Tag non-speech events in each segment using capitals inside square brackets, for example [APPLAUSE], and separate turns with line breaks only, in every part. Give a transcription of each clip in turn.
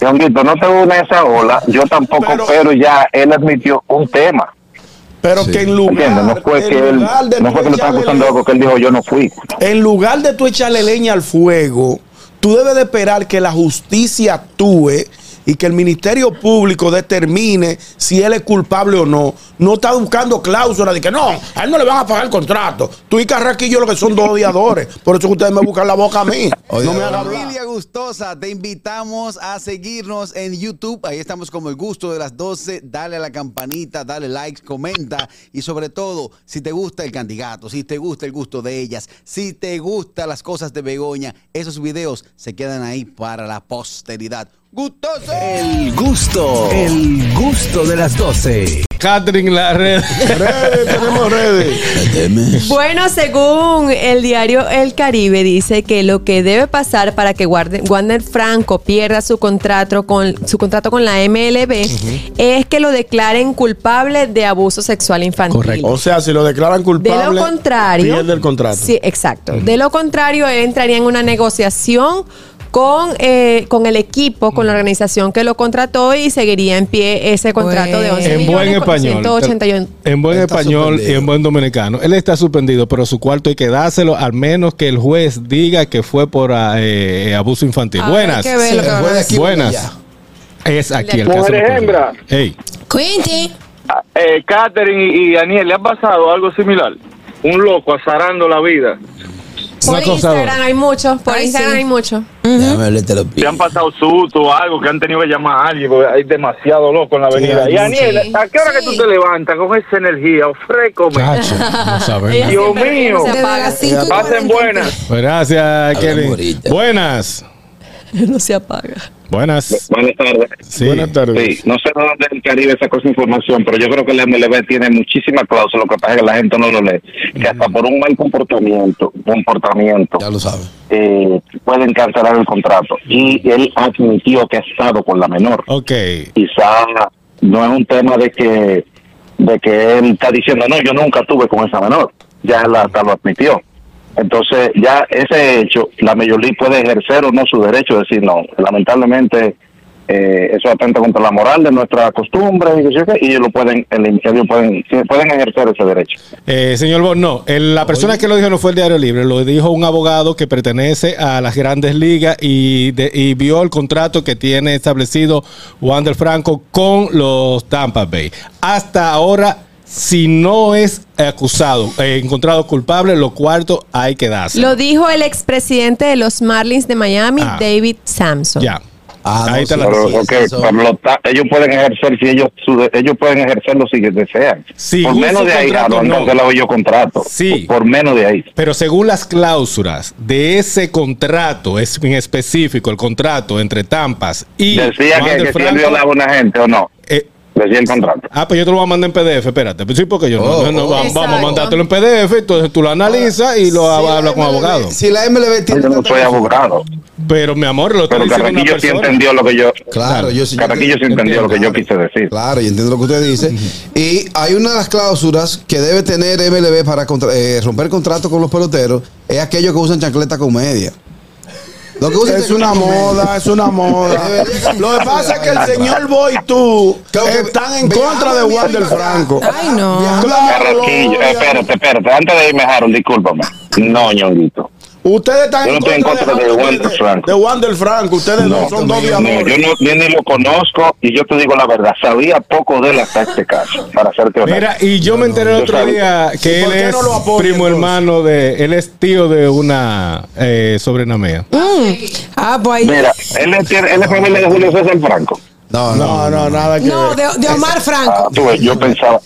Yonguito, no te une a esa ola, yo tampoco, pero,
Pero-
ya él admitió un tema.
Pero
Sí.
que en lugar,
¿Entiendes? No fue
en
que él,
lugar de
no
tú
fue que lo estaba
echarle
acusando de algo que él dijo, yo no fui.
en lugar de tú echarle leña al fuego, tú debes de esperar que la justicia actúe y que el Ministerio Público determine si él es culpable o no. No está buscando cláusulas de que no, a él no le van a pagar el contrato. Tú y Carraquillo lo que son dos odiadores. Por eso que ustedes me buscan la boca a mí. no me hagan hablar.
Familia gustosa, te invitamos a seguirnos en YouTube. Ahí estamos como el gusto de las 12. Dale a la campanita, dale likes, comenta. Y sobre todo, si te gusta el candidato, si te gusta el gusto de ellas, si te gustan las cosas de Begoña, esos videos se quedan ahí para la posteridad. ¡Gustoso!
Eh,
El gusto, el gusto de las 12.
Catherine la red.
Redes, tenemos redes.
Bueno, según el diario El Caribe, dice que lo que debe pasar para que Guarde- Wander Franco pierda su contrato con, su contrato con la MLB es que lo declaren culpable de abuso sexual infantil.
Correcto.
O sea, si lo declaran
De
culpable,
lo contrario.
pierde el contrato.
Sí, exacto. De lo contrario, él entraría en una negociación con, eh, con el equipo, con la organización que lo contrató y seguiría en pie ese contrato
Pues,
de 11
En buen
millones con
español.
181.
En buen
Está
español y en
suspendido.
buen dominicano. Él está suspendido, pero su cuarto hay que dárselo, al menos que el juez diga que fue por ah, eh, abuso infantil.
Habrá
Buenas.
Ah, que ver lo que van a
Buenas.
decir.
Buenas.
Ya.
Es aquí el
Mujeres
caso. de Catherine.
hembras.
Ey.
Quinty.
Eh, Catherine y, y Daniel, ¿le ha pasado algo similar? Un loco azarando la vida.
Un
Por
acosador.
Instagram hay muchos, por
Ay,
Instagram
sí.
hay muchos.
Déjame olerte los pies.
Se han pasado susto o algo, que han tenido que llamar a alguien, porque hay demasiado loco en la avenida.
hay
y Daniel,
mucho.
¿a qué hora
Sí.
que tú te levantas con esa energía? Ofrécome.
Chacho,
[LAUGHS]
no
Ella
sabemos.
Dios
siempre
mío.
se
Desde
apaga.
las cinco y
Pasen
cuarenta y
buenas.
Gracias, Kelly.
ahorita.
Buenas.
no se apaga.
Buenas.
Buenas tardes.
Sí.
Buenas tardes.
Sí, no sé de dónde el Caribe sacó esa información, pero yo creo que la MLB tiene muchísimas cláusulas, lo que pasa es que la gente no lo lee, que hasta por un mal comportamiento, comportamiento,
Ya lo sabes.
eh, pueden cancelar el contrato. Y él admitió que ha estado con la menor.
Ok.
Quizá no es un tema de que, de que él está diciendo, no, yo nunca estuve con esa menor. Ya él hasta lo admitió. Entonces, ya ese hecho, la mayoría puede ejercer o no su derecho, de decir, no, lamentablemente eh, eso atenta contra la moral de nuestra costumbre y, qué sé yo qué, y ellos lo pueden, el- ellos pueden, sí, pueden ejercer ese derecho.
Eh, señor Bon, no. El- la persona que lo dijo no fue el Diario Libre, lo dijo un abogado que pertenece a las grandes ligas y, de- y vio el contrato que tiene establecido Wander Franco con los Tampa Bay. Hasta ahora, si no es acusado, eh, encontrado culpable, lo cuarto hay que darse.
Lo dijo el expresidente de los Marlins de Miami,
Ah.
David Sampson.
ya.
Ah, no,
Ahí está
sí,
la
sí,
Pero,
sí,
ok,
eso-
por lo ta- ellos pueden ejercer si ellos su de- ellos pueden ejercerlo si desean.
Sí,
por
un
menos de ahí, a
subcontrato,
lo
no.
no se la doy yo contrato.
Sí.
Por menos de ahí.
Pero según las cláusulas de ese contrato, es en específico el contrato entre Tampas y
Decía que,
Wander
que si él
Franco,
violaba a una gente o no.
eh,
Decía el contrato.
Ah, pues yo te lo voy a mandar en PDF, esparte. Pues sí, porque yo no-
Oh,
no, no,
oh.
va- vamos a
Exacto.
mandártelo en PDF, entonces tú lo analizas y lo
Si la
hablas con
MLB
abogado.
Si la MLB tiene.
Yo no
tanta-
soy abogado.
Pero mi amor, lo está
Pero
diciendo una
Carraquillo sí
persona.
entendió lo que yo.
Claro, yo sí. yo
Carraquillo sí entendió lo que yo
claro.
quise decir.
Claro, yo entiendo lo que usted dice. Y hay una de las cláusulas que debe tener MLB para contra- eh, romper contrato con los peloteros es aquellos que usan chancleta con media. Lo que usan
Es una moda, es una moda. Lo que pasa es que el señor Boy y tú están en contra de Wander Franco.
Ay, no.
Claro,
Carraquillo,
ya.
espérate, espérate. Antes de irme, Harold, discúlpame. No, ñonguito.
Ustedes están
Yo no estoy en contra de Wander Franco.
De Wander Franco, ustedes
No,
dos son dos
no, yo
viadores.
no, yo ni lo conozco y yo te digo la verdad. Sabía poco de él hasta este caso, para serte honesto.
Mira, y yo me enteré el
Yo
otro
sabía.
día
¿Y
que él
por qué
es
no lo apoya,
primo
entonces?
hermano de. Él es tío de una eh, sobrina mía.
Ah, pues ahí.
Mira, él es, tiene- él es familia de Julio César Franco.
No,
No,
no.
no, nada que
No,
ver.
de, de Omar
Ah,
Franco.
tú ves, yo pensaba,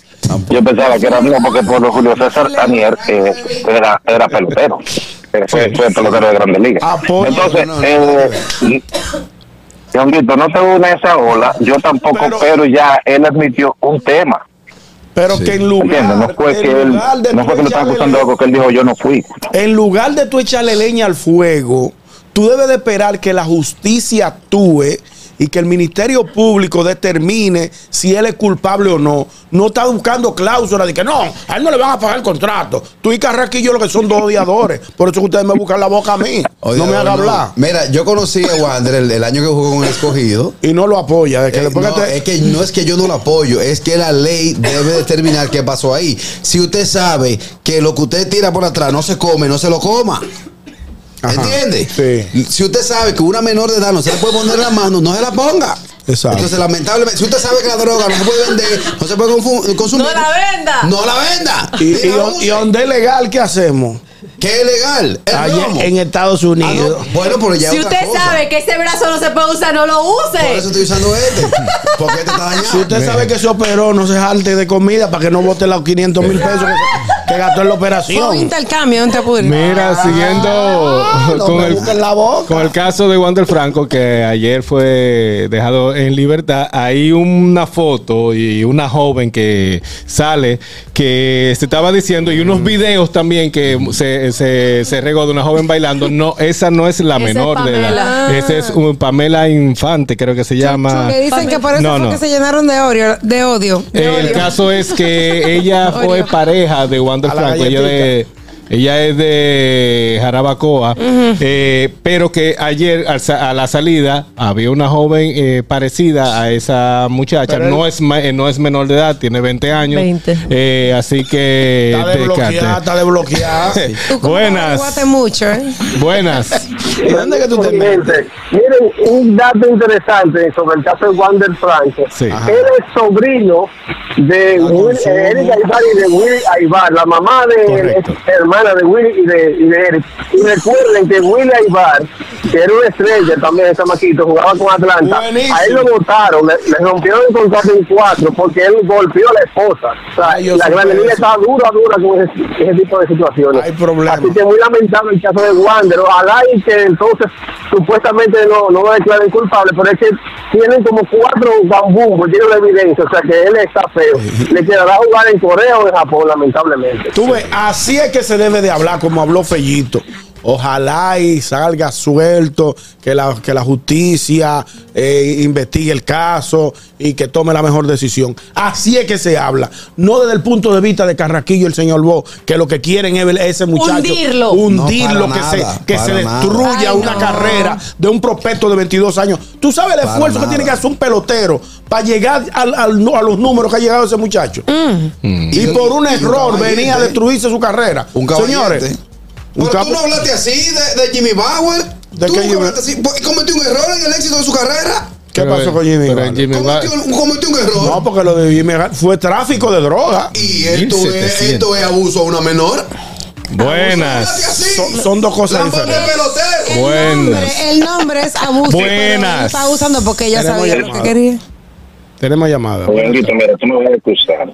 yo pensaba que era mío porque por Julio César
Ah,
Anier eh, era, era pelotero. Eh, Fue, fue pelotero de Grandes Ligas.
Ah, pues,
Entonces,
no, no, no,
eh, Leonguito, no te une a esa ola, yo tampoco,
Pero-
pero, ya él admitió un tema.
Pero que en lugar,
¿Entiendes? No fue
en
que él,
lugar de
no
tú
fue que lo estaba
echarle
acusando de algo que él dijo, yo no fui.
En lugar de tú echarle leña al fuego, tú debes de esperar que la justicia actúe y que el Ministerio Público determine si él es culpable o no. No está buscando cláusulas de que no, a él no le van a pagar el contrato. Tú y Carraquillo lo que son dos odiadores. Por eso que ustedes me buscan la boca a mí. no me hagan hablar.
Mira, yo conocí a Wander el, el año que jugó con el escogido.
Y no lo apoya. Es que
Eh,
le ponga
no,
este-
es que no es que yo no lo apoyo, es que la ley debe determinar qué pasó ahí. Si usted sabe que lo que usted tira por atrás no se come, no se lo coma.
Ajá,
¿Entiende?
sí.
Si usted sabe que una menor de edad no se le puede poner la mano, no se la ponga.
Exacto.
Entonces, lamentablemente, si usted sabe que la droga no se puede vender, no se puede confu- consumir.
¡No la venda!
¡No la venda!
Y,
Ni
y,
la
y
use.
donde es legal, ¿qué hacemos?
¿Qué es legal? El
Allá
romo.
en Estados
Ah, no,
Unidos.
Bueno, pero ya
Si
es otra
usted
cosa.
sabe que ese brazo no se puede usar, no lo
Por eso
use.
estoy usando
[LAUGHS]
este. Porque este está dañado.
Si usted sabe que se operó, no se jalte de comida para que no bote los 500 mil pesos que, que gastó en la
Fue un
operación.
intercambio, no te apures.
Mira, siguiendo
no
con,
me
el,
busquen la boca.
con el caso de Wander Franco, que ayer fue dejado en libertad, hay una foto y una joven que sale que se estaba diciendo, y
Mm.
unos videos también que se, se, se regó de una joven bailando. No, esa no es la
Esa es
menor de edad.
Pamela.
Esa es un Pamela Infante, creo que se llama.
Que dicen que por eso
No,
fue
no.
que se llenaron de odio. De odio. De
El
odio.
caso es que ella
[LAUGHS]
fue
Oreo.
pareja de Wander
A la
Franco. Ella, de- ella es de Jarabacoa. eh, pero que ayer al sa- a la salida había una joven eh, parecida a esa muchacha.
Pero él-
No es, ma- eh, no es menor de edad, tiene 20 años.
20.
Eh, así que.
Está desbloqueada,
descarte.
está desbloqueada.
Tú como
Buenas.
averiguaste mucho, ¿eh?
Buenas.
¿Y dónde es que tú te metes?
Miren, un dato interesante sobre el caso de Wander Franco.
Sí. Ajá.
Él es sobrino de Will,
consumo.
eh, Eric Aybar y de Willy Aybar, la mamá de
Correcto.
es hermana de Willy y de, y de Eric. Y recuerden que Willy Aybar, que era una estrella también de chamaquito, jugaba con Atlanta.
Buenísimo.
A él lo votaron, le, le rompieron el contrato en cuatro porque él golpeó a la esposa. O sea,
Ay, yo
la
supe
gran liga
eso.
está dura, dura con ese, ese tipo de situaciones.
Hay problemas.
Así que muy lamentable el caso de Wander. Ojalá y que entonces supuestamente no, no lo declaren culpable, pero es que tienen como cuatro bambús, tienen la evidencia, o sea que él está feo. Le quedará jugar en Corea o en Japón, lamentablemente.
Tú ves, así es que se debe de hablar, como habló Fellito. Ojalá y salga suelto, que la, que la justicia eh, investigue el caso y que tome la mejor decisión. Así es que se habla. No desde el punto de vista de Carraquillo, el señor Bo, que lo que quieren es ver a ese muchacho.
Hundirlo.
Hundirlo,
No,
que
para
se,
nada,
que se
para nada.
destruya
Ay,
una
no.
carrera de un prospecto de 22 años. Tú sabes el
Para
esfuerzo que
nada.
tiene que hacer un pelotero para llegar al- al- a los números que ha llegado ese muchacho. Y por un
Y un
error
caballete.
venía a destruirse su carrera.
Un
Señores,
caballete.
un
Pero
capo-
tú no hablaste así de, de Jimmy Bauer.
¿De
¿De
qué
tú
Jimmy?
no hablaste así. Pues, Cometió un error en el éxito de su carrera.
¿qué
Pero
pasó
eh,
el-
con Jimmy?
pero
Bauer?
el Jimmy Bauer-
Cometió, un- cometió un error.
No, porque lo de Jimmy Bauer fue tráfico de droga.
y esto es,
1700.
esto es abuso a una menor.
Buenas.
Son, son dos cosas
Lámpara de
diferentes.
pelotero.
El
Buenas.
nombre, el nombre es abuso. pero
Buenas.
él Estaba usando porque ella
Tenemos
sabía lo
llamada.
que quería.
Tenemos llamada.
Enrique, mira, tú me vas a excusar,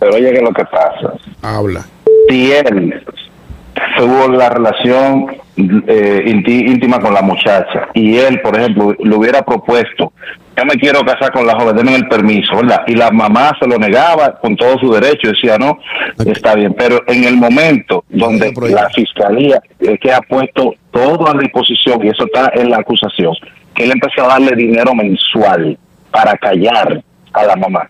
pero oye que lo que pasa.
Habla.
si él tuvo la relación eh, inti- íntima con la muchacha y él, por ejemplo, le hubiera propuesto, yo me quiero casar con la joven, denme el permiso, ¿verdad? Y la mamá se lo negaba con todo su derecho, decía, no, está bien, pero en el momento donde la fiscalía eh, que ha puesto todo a disposición, y eso está en la acusación, que él empezó a darle dinero mensual para callar a la mamá.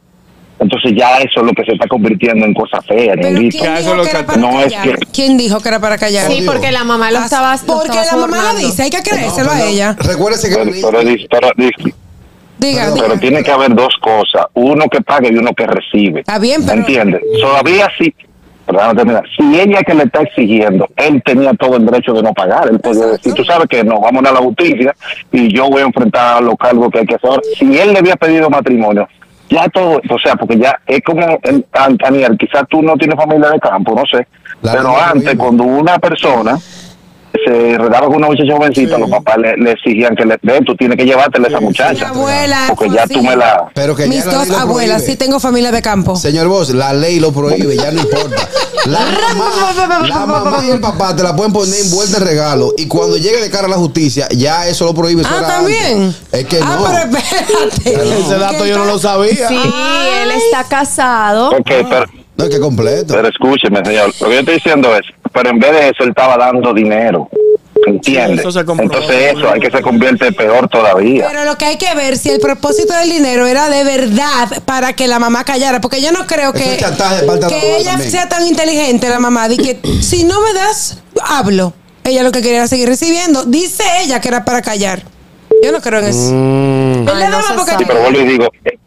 Entonces ya eso es lo que se está convirtiendo en cosa fea, en
Pero
un
¿quién
delito.
dijo, que era para
No, es
callar?
que-
¿Quién dijo que era para callar?
Sí, porque la mamá lo estaba. lo
Porque
estaba
la mamá lo
sobornando.
dice, hay que creérselo a
Pero
ella.
Recuérdese que
Pero,
la niña-
pero dice- pero dice-
Diga,
Pero-
diga.
pero tiene que haber dos cosas, uno que paga y uno que recibe.
Está bien, pero-
¿Entiendes? Todavía sí. Perdón, terminar. Si ella que le está exigiendo, él tenía todo el derecho de no pagar. Él podía
Exacto.
decir, tú sabes que no, vamos a la justicia y yo voy a enfrentar los cargos que hay que hacer. Si él le había pedido matrimonio, ya todo, o sea, porque ya es como, el- An- Daniel, quizás tú no tienes familia de campo, no sé.
La
pero
misma
antes,
misma.
cuando una persona se enredaba con una muchacha jovencita, los papás le, le exigían que le den, tú tienes que llevártela a esa
Mi
muchacha.
abuela.
Porque
fue
ya
así.
tú me la...
Pero que ya la
Mis
ley
dos
lo
abuelas,
prohíbe.
sí tengo familia de campo.
Señor Vos, la ley lo prohíbe, ya no [LAUGHS] importa. La mamá, la mamá y el papá te la pueden poner envuelta en regalo y cuando llegue de cara a la justicia, ya eso lo prohíbe. eso
Ah,
era
también.
antes. Es que
ah,
no.
pero espérate.
Ese dato yo no lo sabía.
Sí, él está casado.
Oh,
Ok, pero,
No, es que completo.
pero escúcheme, señor. Lo que yo estoy diciendo es, pero en vez de eso, él estaba dando dinero.
Sí,
¿entiendes?
eso se comprobó.
Entonces eso hay que se convierte peor todavía.
Pero lo que hay que ver si el propósito del dinero era de verdad para que la mamá callara, porque yo no creo
Es un
que,
chantaje de parte de la
que
mamá
ella
también.
sea tan inteligente, la mamá, de que [CLEARS THROAT] si no me das, hablo. Ella lo que quería era seguir recibiendo. Dice ella que era para callar. Yo no creo en eso. Él le
Ay, no
daba
se
porque
sabe.
Pero vuelvo y digo, eh,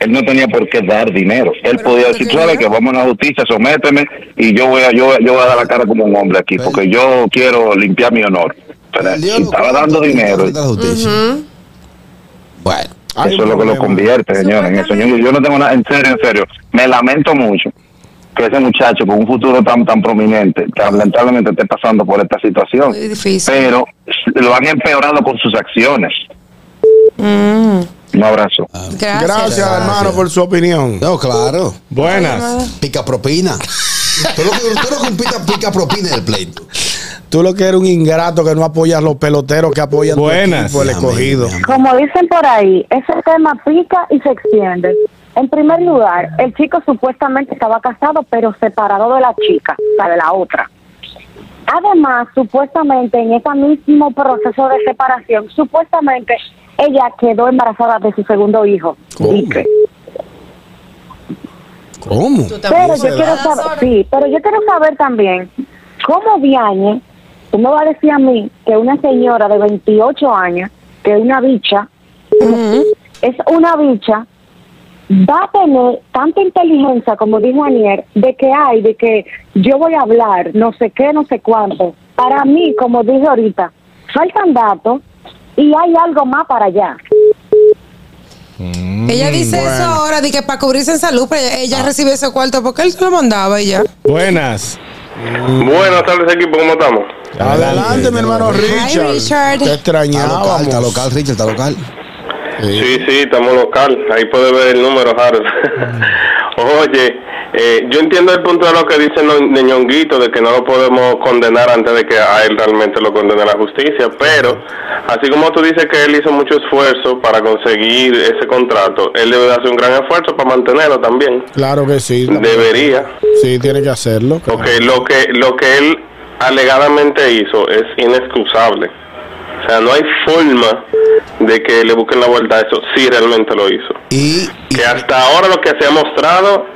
él no tenía por qué dar dinero. Él
Pero
podía
¿por
decir,
qué
"Tú sabes
no?
que vamos a la justicia, sométeme y yo voy a, yo, yo voy a dar la cara como un hombre aquí, porque yo quiero limpiar mi honor. Pero si
Perdió los
estaba dando
cuartos y está
dinero,
frente a la justicia. Bueno.
Hay un
Eso es lo que lo
problema.
convierte, señores. En eso. Yo, yo no tengo nada, en serio, en serio. Me lamento mucho que ese muchacho con un futuro tan tan prominente, tan lamentablemente esté pasando por esta situación.
Muy difícil.
Pero lo han empeorado con sus acciones.
Mm.
Un abrazo.
Gracias.
Gracias, hermano, por su opinión.
No, claro.
Buenas.
[LAUGHS]
Pica propina. tú lo que tú lo que un pica, pica propina del pleito.
Tú lo que eres un ingrato que no apoyas los peloteros que apoyan tu
Buenas.
equipo, el escogido.
Amén,
Como dicen por ahí, ese tema pica y se extiende. En primer lugar, el chico supuestamente estaba casado, pero separado de la chica, o sea, de la otra. Además, supuestamente en ese mismo proceso de separación, supuestamente ella quedó embarazada de su segundo hijo. Dice.
¿Cómo?
Pero yo quiero saber, sí, pero yo quiero saber también, ¿cómo Diane, tú me vas a decir a mí que una señora de 28 años, que es una bicha, es una bicha, va a tener tanta inteligencia, como dijo Anier, de que hay, de que yo voy a hablar, no sé qué, no sé cuánto. Para mí, como dije ahorita, faltan datos y hay algo más para allá.
Ella dice eso ahora, de que para cubrirse en salud, pero ella, ella recibió ese cuarto porque él se lo mandaba y ya.
Buenas.
Buenas tardes, equipo, ¿cómo estamos?
Adelante, mi hermano Richard.
Ay, Richard.
Te
Está local, está
extrañábamos.
local, Richard, está local.
Sí, sí, estamos local. Ahí puede ver el número, Harold. Oye, eh, yo entiendo el punto de lo que dice Ñon- de Ñonguito, de que no lo podemos condenar antes de que a él realmente lo condene la justicia, pero así como tú dices que él hizo mucho esfuerzo para conseguir ese contrato, él debe de hacer un gran esfuerzo para mantenerlo también.
Claro que sí.
Debería.
Sí, tiene que hacerlo. claro.
Porque lo que lo que él alegadamente hizo es inexcusable. O sea, no hay forma de que le busquen la vuelta a eso si realmente lo hizo.
Y, y-
Que hasta ahora lo que se ha mostrado,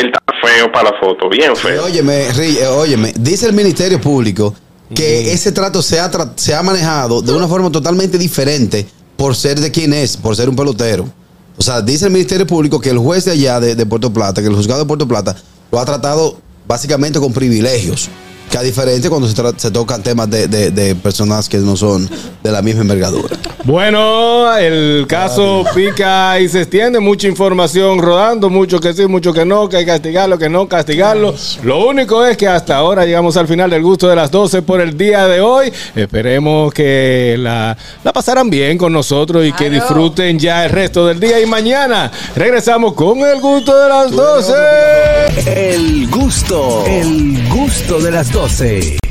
él está feo para la foto, bien
y
feo.
óyeme, Ri- eh, óyeme, dice el Ministerio Público que ese trato se ha, tra- se ha manejado de una forma totalmente diferente por ser de quien es, por ser un pelotero. O sea, dice el Ministerio Público que el juez de allá de, de Puerto Plata, que el juzgado de Puerto Plata, lo ha tratado básicamente con privilegios. Que a diferencia cuando se, tra- se tocan temas de, de- de personas que no son de la misma envergadura.
Bueno, el caso pica y se extiende, mucha información rodando, mucho que sí, mucho que no, que hay que castigarlo, que no castigarlo. Lo único es que hasta ahora llegamos al final del gusto de las 12 por el día de hoy. Esperemos que la, la pasaran bien con nosotros y que
Claro.
disfruten ya el resto del día y mañana regresamos con el gusto de las 12.
El gusto, el gusto de las 12.